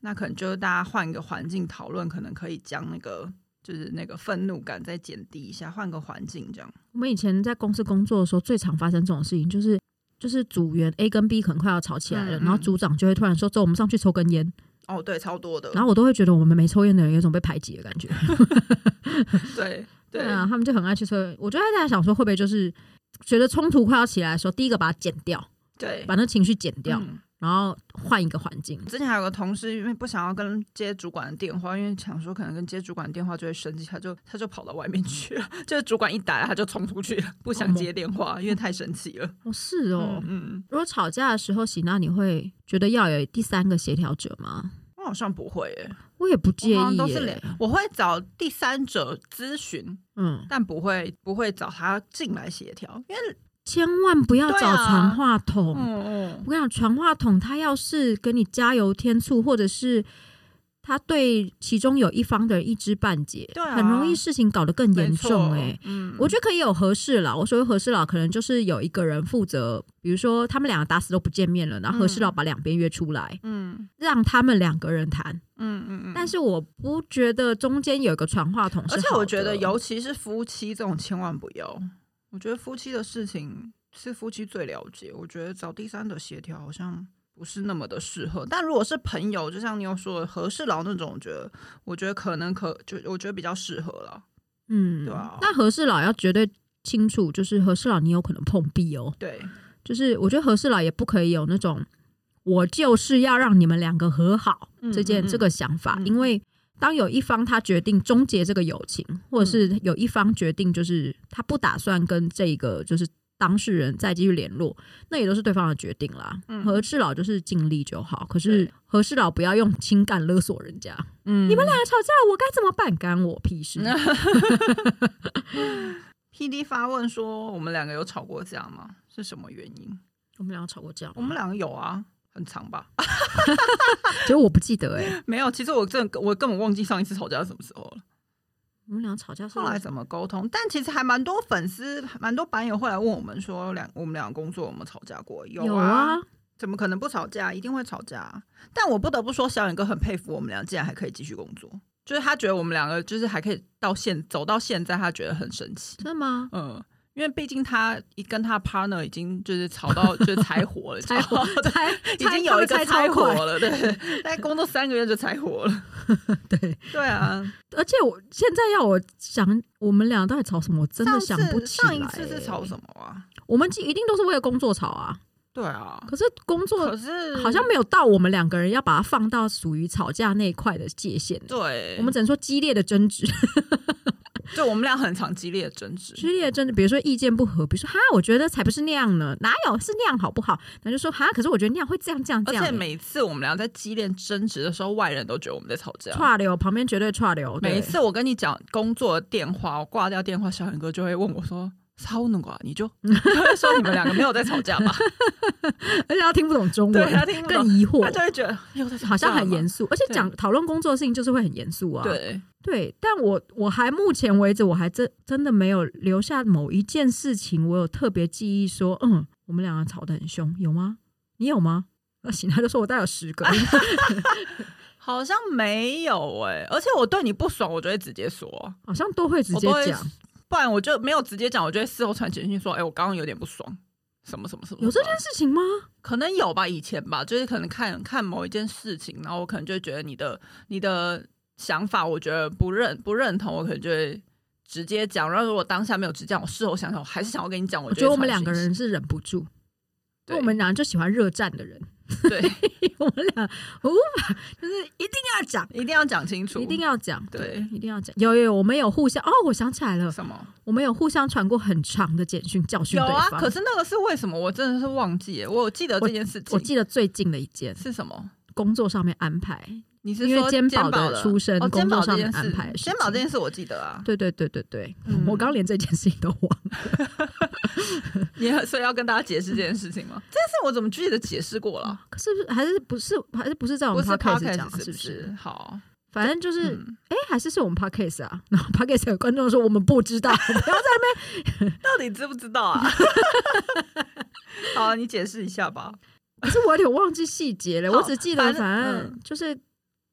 [SPEAKER 3] 那可能就是大家换一个环境讨论，可能可以将那个就是那个愤怒感再减低一下，换个环境这样。
[SPEAKER 1] 我们以前在公司工作的时候，最常发生这种事情，就是就是组员 A 跟 B 可能快要吵起来了，
[SPEAKER 3] 嗯嗯
[SPEAKER 1] 然后组长就会突然说：“走，我们上去抽根烟。
[SPEAKER 3] 哦，对，超多的”，
[SPEAKER 1] 然后我都会觉得我们没抽烟的人有种被排挤的感觉。
[SPEAKER 3] 对对
[SPEAKER 1] 啊，他们就很爱去抽烟。我就在想说，会不会就是觉得冲突快要起来的时候，第一个把它剪掉，
[SPEAKER 3] 对，
[SPEAKER 1] 把那情绪剪掉，
[SPEAKER 3] 嗯
[SPEAKER 1] 然后换一个环境。
[SPEAKER 3] 之前还有个同事，因为不想要跟接主管的电话，因为想说可能跟接主管电话就会生气，他就他就跑到外面去了。 就是主管一打来，他就冲出去了，不想接电话，因为太生气了。
[SPEAKER 1] 哦，是哦。
[SPEAKER 3] 嗯，嗯
[SPEAKER 1] 如果吵架的时候，喜娜，你会觉得要有第三个协调者吗？
[SPEAKER 3] 我好像不会耶，
[SPEAKER 1] 我也不介
[SPEAKER 3] 我好像
[SPEAKER 1] 意
[SPEAKER 3] 都
[SPEAKER 1] 耶、
[SPEAKER 3] 是两，我会找第三者咨询，
[SPEAKER 1] 嗯，
[SPEAKER 3] 但不会不会找他进来协调，因为
[SPEAKER 1] 千万不要
[SPEAKER 3] 对
[SPEAKER 1] 找
[SPEAKER 3] 啊
[SPEAKER 1] 传话筒。
[SPEAKER 3] 嗯
[SPEAKER 1] 我跟你讲，传话筒它要是给你加油添醋，或者是他对其中有一方的人一知半解，
[SPEAKER 3] 对啊
[SPEAKER 1] 很容易事情搞得更
[SPEAKER 3] 没
[SPEAKER 1] 严重、
[SPEAKER 3] 错
[SPEAKER 1] 欸。
[SPEAKER 3] 嗯，
[SPEAKER 1] 我觉得可以有合适佬，我所谓合适佬，可能就是有一个人负责，比如说他们两个打死都不见面了，然后合适佬把两边约出来，
[SPEAKER 3] 嗯
[SPEAKER 1] 让他们两个人谈。
[SPEAKER 3] 嗯嗯嗯，
[SPEAKER 1] 但是我不觉得中间有一个传话筒是
[SPEAKER 3] 而且
[SPEAKER 1] 好
[SPEAKER 3] 我
[SPEAKER 1] 的
[SPEAKER 3] 觉得，尤其是夫妻这种，千万不要。我觉得夫妻的事情是夫妻最了解。我觉得找第三者协调好像不是那么的适合。但如果是朋友，就像你有说的和事佬那种，我觉得我觉得可能可就我觉得比较适合了。
[SPEAKER 1] 嗯
[SPEAKER 3] 对啊，
[SPEAKER 1] 那合适佬要绝对清楚，就是合适佬你有可能碰壁哦。
[SPEAKER 3] 对，
[SPEAKER 1] 就是我觉得和事佬也不可以有那种我就是要让你们两个和好
[SPEAKER 3] 嗯
[SPEAKER 1] 这件、
[SPEAKER 3] 嗯嗯
[SPEAKER 1] 这个想法，
[SPEAKER 3] 嗯
[SPEAKER 1] 因为当有一方他决定终结这个友情，或者是有一方决定就是他不打算跟这个就是当事人再继续联络，那也都是对方的决定啦。
[SPEAKER 3] 嗯
[SPEAKER 1] 和事佬就是尽力就好，可是
[SPEAKER 3] 对
[SPEAKER 1] 和事佬不要用情感勒索人 家。
[SPEAKER 3] 嗯
[SPEAKER 1] 你们俩吵架，我该怎么办？干我屁 事！
[SPEAKER 3] P D 发问说，我们两个有吵过架吗？是什么原因？
[SPEAKER 1] 我们俩吵过架吗，
[SPEAKER 3] 我们两个有啊，很长吧？啊
[SPEAKER 1] 结果我不记得哎、
[SPEAKER 3] 没有，其实我真的我根本忘记上一次吵架是什么时候了。
[SPEAKER 1] 我们俩吵架是
[SPEAKER 3] 后来怎么沟通？但其实还蛮多粉丝、蛮多版友会来问我们说，两我们俩工作有没有吵架过？有啊，
[SPEAKER 1] 有啊，
[SPEAKER 3] 怎么可能不吵架？一定会吵架啊。但我不得不说，小远哥很佩服我们俩，竟然还可以继续工作。就是他觉得我们两个就是还可以到现走到现在，他觉得很神奇。
[SPEAKER 1] 真的吗？
[SPEAKER 3] 嗯，因为毕竟他一跟他 partner 已经就是吵 到就是柴火了，
[SPEAKER 1] 拆火
[SPEAKER 3] 吵 到
[SPEAKER 1] 拆，
[SPEAKER 3] 哦已经有一个
[SPEAKER 1] 拆
[SPEAKER 3] 柴火了， 对，大概工作三个月就柴火了，
[SPEAKER 1] 对，
[SPEAKER 3] 对啊，
[SPEAKER 1] 而且我现在要我想我们俩到底吵什么，我真的想不起来、欸
[SPEAKER 3] 上次上一次是吵什么啊？
[SPEAKER 1] 我们一定都是为了工作吵啊，
[SPEAKER 3] 对啊，
[SPEAKER 1] 可是工作
[SPEAKER 3] 可是
[SPEAKER 1] 好像没有到我们两个人要把它放到属于吵架那一块的界限呢、
[SPEAKER 3] 对，
[SPEAKER 1] 我们只能说激烈的争执，
[SPEAKER 3] 对我们俩很常激烈的争执，
[SPEAKER 1] 激烈的争执，比如说意见不合，比如说哈，我觉得才不是那样呢，哪有是那样好不好？那就说哈，可是我觉得那样会这样这样这
[SPEAKER 3] 而
[SPEAKER 1] 样、
[SPEAKER 3] 且每次我们俩在激烈争执的时候，外人都觉得我们在吵架。
[SPEAKER 1] 串流旁边绝对串流，对
[SPEAKER 3] 每一次我跟你讲工作的电话，我挂掉电话，小远哥就会问我说：“超能啊， 你就就会说你们两个没有在吵架吧
[SPEAKER 1] 而且他听不懂中？”
[SPEAKER 3] 对
[SPEAKER 1] 文，
[SPEAKER 3] 他听不懂
[SPEAKER 1] 更，疑
[SPEAKER 3] 他就
[SPEAKER 1] 惑。
[SPEAKER 3] 会觉得又在吵架吗
[SPEAKER 1] 好像很严肃，而且
[SPEAKER 3] 对
[SPEAKER 1] 讲讨论工作的事情就是会很严肃啊。
[SPEAKER 3] 对，
[SPEAKER 1] 对，但我我还目前为止，我还真真的没有留下某一件事情，我有特别记忆说，嗯，我们两个吵得很凶，有吗？你有吗？那醒来就说我大概有十 个，
[SPEAKER 3] 好像没有哎、而且我对你不爽，我就会直接说，
[SPEAKER 1] 好像都会直接
[SPEAKER 3] 我都会
[SPEAKER 1] 讲。
[SPEAKER 3] 不然我就没有直接讲，我就会事后传简讯说：“哎、我刚刚有点不爽，什么什么什么。”
[SPEAKER 1] 有这件事情吗？
[SPEAKER 3] 可能有吧，以前吧，就是可能看看某一件事情，然后我可能就会觉得你的你的想法，我觉得不认不认同，我可能就会直接讲。然后如果当下没有直讲，我事后想想，我还是想要跟你讲。
[SPEAKER 1] 我
[SPEAKER 3] 觉
[SPEAKER 1] 觉
[SPEAKER 3] 得
[SPEAKER 1] 得我们两个人是忍不住，因
[SPEAKER 3] 对
[SPEAKER 1] 为我们俩就喜欢热战的人，
[SPEAKER 3] 对
[SPEAKER 1] 我们俩无法就是一定要讲，
[SPEAKER 3] 一定要讲清楚，
[SPEAKER 1] 一定要讲，
[SPEAKER 3] 对
[SPEAKER 1] 一定要讲。有有有，我们有互相哦，我想起来了，
[SPEAKER 3] 什么
[SPEAKER 1] 我们有互相传过很长的简讯教训
[SPEAKER 3] 有
[SPEAKER 1] 对
[SPEAKER 3] 啊？
[SPEAKER 1] 方。
[SPEAKER 3] 可是那个是为什么？我真的是忘记耶，我有记得这件事
[SPEAKER 1] 我
[SPEAKER 3] 情
[SPEAKER 1] 记得最近的一件
[SPEAKER 3] 是什么。
[SPEAKER 1] 工作上面安排，
[SPEAKER 3] 你是
[SPEAKER 1] 因为
[SPEAKER 3] 说
[SPEAKER 1] 肩膀
[SPEAKER 3] 膀
[SPEAKER 1] 的出身
[SPEAKER 3] 哦、
[SPEAKER 1] 工
[SPEAKER 3] 肩膀
[SPEAKER 1] 作上
[SPEAKER 3] 这件
[SPEAKER 1] 的安
[SPEAKER 3] 事
[SPEAKER 1] 排的事
[SPEAKER 3] 肩膀这
[SPEAKER 1] 情
[SPEAKER 3] 件事我记得啊，
[SPEAKER 1] 对对对对对，
[SPEAKER 3] 嗯
[SPEAKER 1] 我刚连这件事情都忘了。
[SPEAKER 3] 你所以要跟大家解释这件事情吗？ 这件事我怎么记得解释过了？
[SPEAKER 1] 可是还是不是还是不是在嗯我们
[SPEAKER 3] 不是
[SPEAKER 1] podcast
[SPEAKER 3] podcast
[SPEAKER 1] 讲啊
[SPEAKER 3] 是
[SPEAKER 1] 是
[SPEAKER 3] 不
[SPEAKER 1] 不是
[SPEAKER 3] 是？？ 好，
[SPEAKER 1] 反正就是
[SPEAKER 3] 嗯
[SPEAKER 1] 哎、还是是我们 podcast 啊。 然后 podcast 有观众说我们不知道， 不要再
[SPEAKER 3] 到底知不知道啊？ 好，你解释一下吧。
[SPEAKER 1] 可是我有点忘记细节了，
[SPEAKER 3] 好
[SPEAKER 1] 我只记得
[SPEAKER 3] 反正
[SPEAKER 1] 反正
[SPEAKER 3] 嗯
[SPEAKER 1] 就是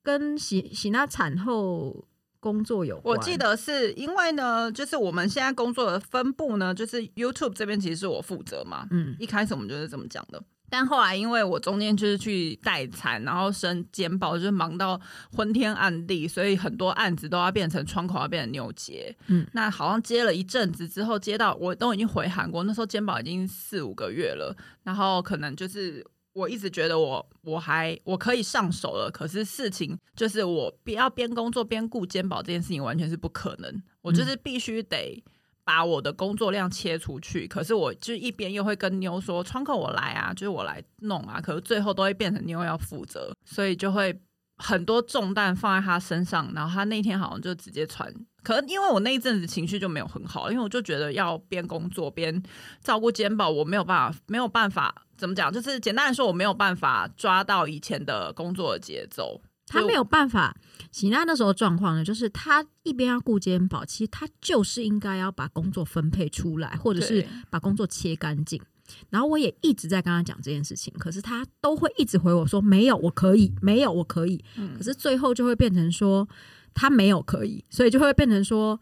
[SPEAKER 1] 跟喜喜娜产后工作有
[SPEAKER 3] 我
[SPEAKER 1] 关。
[SPEAKER 3] 记得是因为呢，就是我们现在工作的分布呢，就是 YouTube 这边其实是我负责嘛。
[SPEAKER 1] 嗯，
[SPEAKER 3] 一开始我们就是这么讲的，但后来因为我中间就是去待产，然后生肩膀，就是忙到昏天暗地，所以很多案子都要变成窗口要变成扭结。
[SPEAKER 1] 嗯，
[SPEAKER 3] 那好像接了一阵子之后，接到我都已经回韩国，那时候肩膀已经四五个月了，然后可能就是。我一直觉得我我还我可以上手了，可是事情就是我边要边工作边顾肩膀这件事情完全是不可能，我就是
[SPEAKER 1] 嗯
[SPEAKER 3] 必须得把我的工作量切出去，可是我就一边又会跟妞说窗口我来啊，就是我来弄啊，可是最后都会变成妞要负责，所以就会很多重担放在他身上。然后他那天好像就直接传，可能因为我那一阵子情绪就没有很好，因为我就觉得要边工作边照顾肩膀，我没有办法，没有办法怎么讲，就是简单来说，我没有办法抓到以前的工作的节奏。
[SPEAKER 1] 她没有办法。喜娜那时候状况呢，就是她一边要顾肩膀，其实她就是应该要把工作分配出来，或者是
[SPEAKER 3] 对
[SPEAKER 1] 把工作切干净。然后我也一直在跟她讲这件事情，可是她都会一直回我说没有，我可以，没有，我可以。
[SPEAKER 3] 嗯
[SPEAKER 1] 可是最后就会变成说她没有可以，所以就会变成说。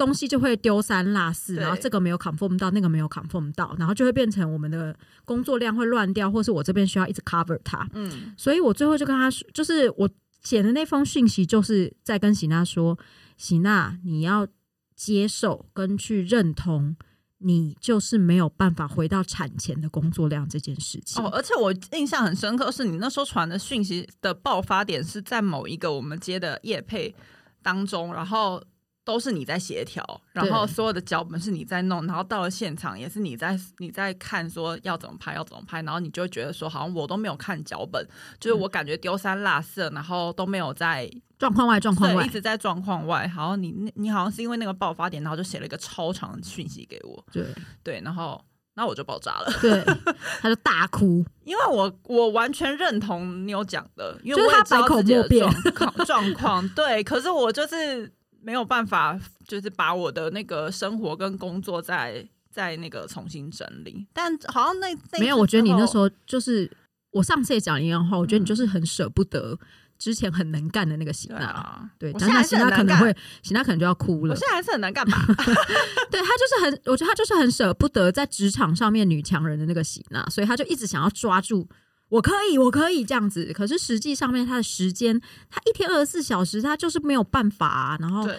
[SPEAKER 1] 东西就会丢三落四，
[SPEAKER 3] 对
[SPEAKER 1] 然后这个没有 confirm 到，那个没有 confirm 到，然后就会变成我们的工作量会乱掉，或是我这边需要一直 cover 它。
[SPEAKER 3] 嗯，
[SPEAKER 1] 所以我最后就跟他说，就是我写的那封讯息，就是在跟喜娜说，喜娜，你要接受跟去认同，你就是没有办法回到产前的工作量这件事情。
[SPEAKER 3] 哦，而且我印象很深刻，是你那时候传的讯息的爆发点是在某一个我们接的业配当中，然后都是你在协调，然后
[SPEAKER 1] 对
[SPEAKER 3] 所有的脚本是你在弄，然后到了现场也是你在你在看说要怎么拍要怎么拍，然后你就会觉得说好像我都没有看脚本，就是
[SPEAKER 1] 嗯
[SPEAKER 3] 我感觉丢三落四，然后都没有在
[SPEAKER 1] 状况外，状况
[SPEAKER 3] 对一
[SPEAKER 1] 外，
[SPEAKER 3] 直在状况外，好像你你你好像是因为那个爆发点，然后就写了一个超长的讯息给我，
[SPEAKER 1] 对
[SPEAKER 3] 对，然后那我就爆炸了。
[SPEAKER 1] 对， 他就大哭。
[SPEAKER 3] 因为我我完全认同你有讲的，因为
[SPEAKER 1] 就是
[SPEAKER 3] 我
[SPEAKER 1] 他
[SPEAKER 3] 也知道
[SPEAKER 1] 百口
[SPEAKER 3] 自己的
[SPEAKER 1] 莫辩
[SPEAKER 3] 状况 状况，对，可是我就是没有办法，就是把我的那个生活跟工作再再那个重新整理，但好像那那
[SPEAKER 1] 没有，我觉得你那时
[SPEAKER 3] 候
[SPEAKER 1] 候就是我上次也讲一样话，我觉得你就是很舍不得之前很能干的那个喜
[SPEAKER 3] 嗯对
[SPEAKER 1] 娜。
[SPEAKER 3] 啊，
[SPEAKER 1] 对，
[SPEAKER 3] 我
[SPEAKER 1] 讲
[SPEAKER 3] 现在
[SPEAKER 1] 讲
[SPEAKER 3] 还
[SPEAKER 1] 喜
[SPEAKER 3] 是
[SPEAKER 1] 娜
[SPEAKER 3] 很
[SPEAKER 1] 可能
[SPEAKER 3] 能干
[SPEAKER 1] 会，，喜娜可能就要哭
[SPEAKER 3] 我
[SPEAKER 1] 了。
[SPEAKER 3] 现在还是很能干 吧？
[SPEAKER 1] 对她就是很，我觉得她就是很舍不得在职场上面女强人的那个喜娜，所以她就一直想要抓住我可以，我可以这样子。可是实际上面她的时间，她一天二十四小时，她就是没有办法、啊。然后
[SPEAKER 3] 对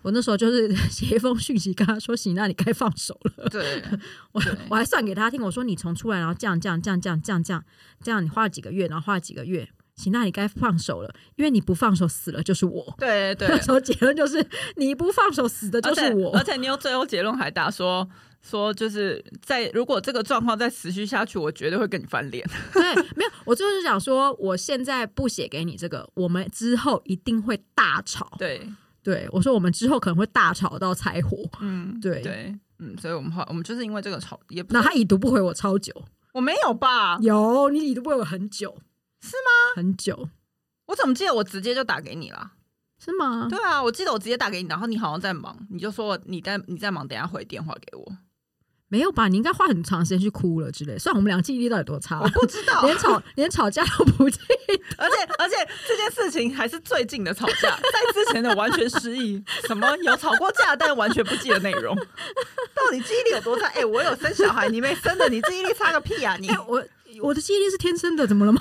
[SPEAKER 1] 我那时候就是写一封讯息跟她说：“喜娜，你该放手了。”
[SPEAKER 3] 对，
[SPEAKER 1] 我
[SPEAKER 3] 对
[SPEAKER 1] 我还算给他听，我说你从出来，然后这样这样这样这样这样这样这样，你花了几个月，然后花了几个月，行，那你该放手了，因为你不放手死了就是我。
[SPEAKER 3] 对 对
[SPEAKER 1] 那，时候结论就是你不放手死的
[SPEAKER 3] 而
[SPEAKER 1] 就
[SPEAKER 3] 且
[SPEAKER 1] 是我
[SPEAKER 3] 而。且你有最后结论还打说说，就是在如果这个状况再持续下去，我绝对会跟你翻脸。
[SPEAKER 1] 对，没有，我最后就想说，我现在不写给你这个，我们之后一定会大吵。
[SPEAKER 3] 对，
[SPEAKER 1] 对，我说我们之后可能会大吵到柴火。
[SPEAKER 3] 嗯，
[SPEAKER 1] 对
[SPEAKER 3] 对，嗯，所以我们后我们就是因为这个吵，也不
[SPEAKER 1] 那他已读不回我超久，
[SPEAKER 3] 我没有吧？
[SPEAKER 1] 有你已读不回我很久，
[SPEAKER 3] 是
[SPEAKER 1] 啊吗？很久
[SPEAKER 3] 我怎么记得我直接就打给你啦？
[SPEAKER 1] 是吗？
[SPEAKER 3] 对啊，我记得我直接打给你，然后你好像在忙，你就说我你在你在忙，等一下回电话给我。
[SPEAKER 1] 没有吧？你应该花很长时间去哭了之类。算我们俩记忆力到底多差、
[SPEAKER 3] 我不知道，
[SPEAKER 1] 啊 连吵连吵架都不 记。
[SPEAKER 3] 而且而且这件事情还是最近的吵架，在之前的完全失忆，什么有吵过架，但完全不记得内容。到底记忆力有多差？哎、我有生小孩，你没生的，你记忆力差个屁啊！你
[SPEAKER 1] 哎、我我的记忆力是天生的，怎么了吗？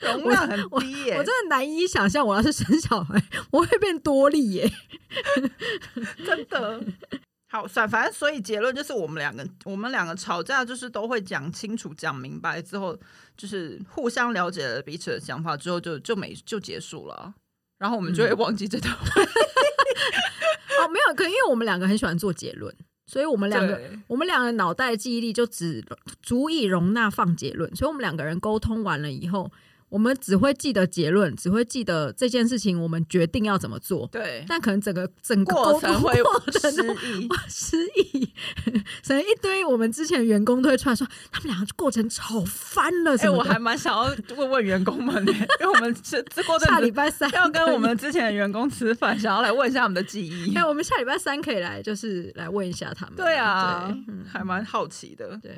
[SPEAKER 3] 容量很低耶、
[SPEAKER 1] 我真的难以想象，我要是生小孩，我会变多利耶。
[SPEAKER 3] 真的。好，算反正所以结论就是我们两个，我们两个吵架就是都会讲清楚、讲明白之后，就是互相了解了彼此的想法之后就，就没就结束了。然后我们就会
[SPEAKER 1] 嗯
[SPEAKER 3] 忘记这 段话。
[SPEAKER 1] 哦，没有，可能因为我们两个很喜欢做结论，所以我们两个
[SPEAKER 3] 对
[SPEAKER 1] 我们两个脑袋记忆力就只足以容纳放结论，所以我们两个人沟通完了以后，我们只会记得结论，只会记得这件事情我们决定要怎么做。
[SPEAKER 3] 对，
[SPEAKER 1] 但可能整个整个
[SPEAKER 3] 过
[SPEAKER 1] 沟
[SPEAKER 3] 程
[SPEAKER 1] 通
[SPEAKER 3] 会
[SPEAKER 1] 过程中
[SPEAKER 3] 失忆。
[SPEAKER 1] 哇，失忆，所以一堆我们之前的员工都会出来说，他们两个过程吵翻了
[SPEAKER 3] 哎、
[SPEAKER 1] 什
[SPEAKER 3] 我
[SPEAKER 1] 么的。
[SPEAKER 3] 还蛮想要问问员工们的、因为我们这这过
[SPEAKER 1] 下礼
[SPEAKER 3] 阵子
[SPEAKER 1] 拜三
[SPEAKER 3] 要跟
[SPEAKER 1] 可以
[SPEAKER 3] 我们之前的员工吃饭，想要来问一下他们的记忆
[SPEAKER 1] 哎、。我们下礼拜三可以来，就是来问一下他们。
[SPEAKER 3] 对啊
[SPEAKER 1] 对，嗯，
[SPEAKER 3] 还蛮好奇的。
[SPEAKER 1] 对，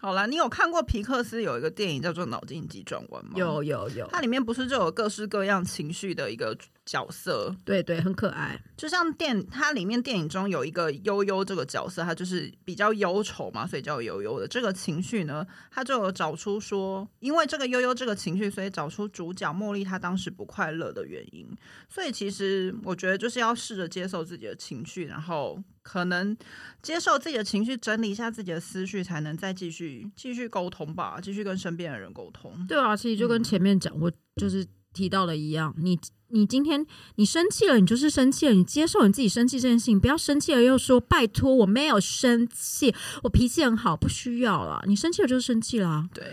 [SPEAKER 3] 好啦，你有看过皮克斯有一个电影叫做《脑筋急转弯》吗？
[SPEAKER 1] 有有有，
[SPEAKER 3] 它里面不是就有各式各样情绪的一个角色，
[SPEAKER 1] 对对，很可爱。
[SPEAKER 3] 就像电它里面电影中有一个悠悠这个角色，他就是比较忧愁嘛，所以叫悠悠的这个情绪呢，他就有找出说，因为这个悠悠这个情绪，所以找出主角茉莉她当时不快乐的原因。所以其实我觉得就是要试着接受自己的情绪，然后可能接受自己的情绪，整理一下自己的思绪，才能再继续继续沟通吧，继续跟身边的人沟通。
[SPEAKER 1] 对啊，其实就跟前面讲过，就是提到的一样，你你今天你生气了，你就是生气了，你接受你自己生气这件事情，不要生气了又说拜托我没有生气，我脾气很好，不需要啦。你生气了就是生气啦，
[SPEAKER 3] 对。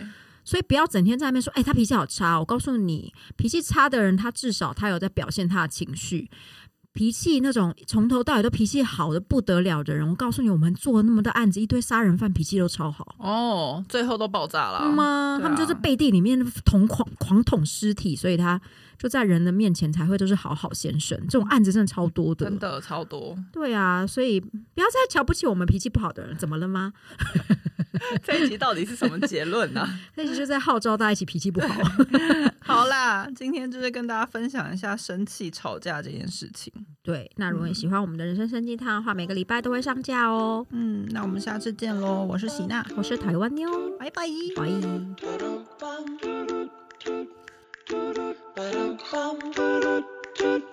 [SPEAKER 1] 所以不要整天在那边说，哎、他脾气好差哦。我告诉你，脾气差的人，他至少他有在表现他的情绪。脾气那种从头到尾都脾气好的不得了的人，我告诉你，我们做了那么多案子，一堆杀人犯脾气都超好。
[SPEAKER 3] 哦，最后都爆炸了
[SPEAKER 1] 嗯吗？
[SPEAKER 3] 对啊
[SPEAKER 1] 他们就是背地里面捅狂狂捅尸体，所以他就在人的面前才会都是好好先生。这种案子真的超多的，
[SPEAKER 3] 真的超多。
[SPEAKER 1] 对啊，所以不要再瞧不起我们脾气不好的人，怎么了吗？
[SPEAKER 3] 这一集到底是什么结论啊呢、
[SPEAKER 1] 那你就在号召大家一起脾气不好。
[SPEAKER 3] 好啦，今天就是跟大家分享一下生气吵架这件事情。
[SPEAKER 1] 对，那如果你喜欢我们的人生生鸡汤的话，每个礼拜都会上架哦。
[SPEAKER 3] 嗯，那我们下次见喽，我是喜娜，
[SPEAKER 1] 我是台湾妞，
[SPEAKER 3] 拜拜。
[SPEAKER 1] 拜。
[SPEAKER 4] Ba-dum-bum. Ba-dum-bum.